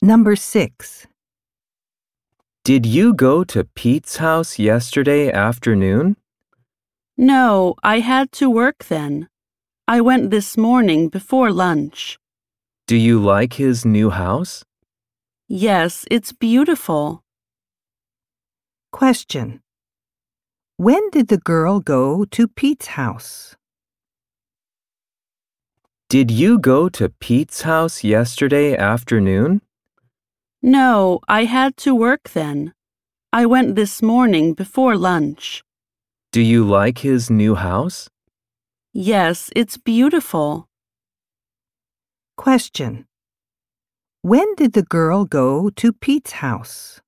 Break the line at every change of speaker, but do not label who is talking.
Number 6.
Did you go to Pete's house yesterday afternoon?
No, I had to work then. I went this morning before lunch.
Do you like his new house?
Yes, it's beautiful.
Question. When did the girl go to Pete's house?
Did you go to Pete's house yesterday afternoon?
No, I had to work then. I went this morning before lunch.
Do you like his new house?
Yes, it's beautiful.
Question. When did the girl go to Pete's house?